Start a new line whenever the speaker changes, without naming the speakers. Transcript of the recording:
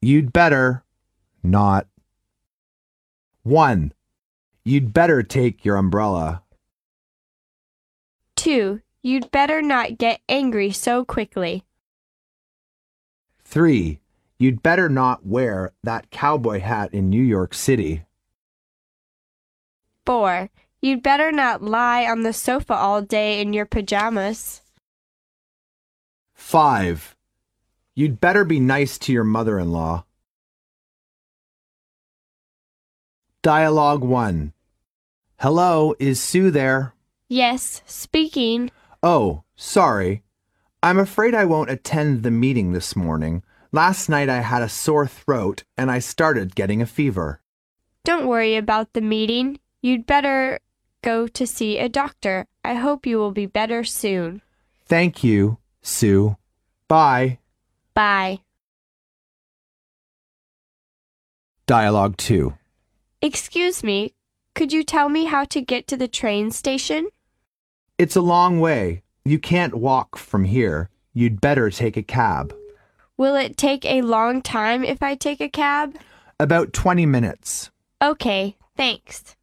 You'd better not. 1. You'd better take your umbrella.
2. You'd better not get angry so quickly.
3. You'd better not wear that cowboy hat in New York City.
4. You'd better not lie on the sofa all day in your pajamas.
5. You'd better be nice to your mother in law. Dialogue 1. Hello, is Sue there?
Yes, speaking.
Oh, sorry. I'm afraid I won't attend the meeting this morning. Last night I had a sore throat and I started getting a fever.
Don't worry about the meeting. You'd better go to see a doctor. I hope you will be better soon.
Thank you, Sue. Bye.
Bye.
Dialogue 2.
Excuse me, could you tell me how to get to the train station?
It's a long way. You can't walk from here. You'd better take a cab.
Will it take a long time if I take a cab?
About 20 minutes.
Okay, thanks.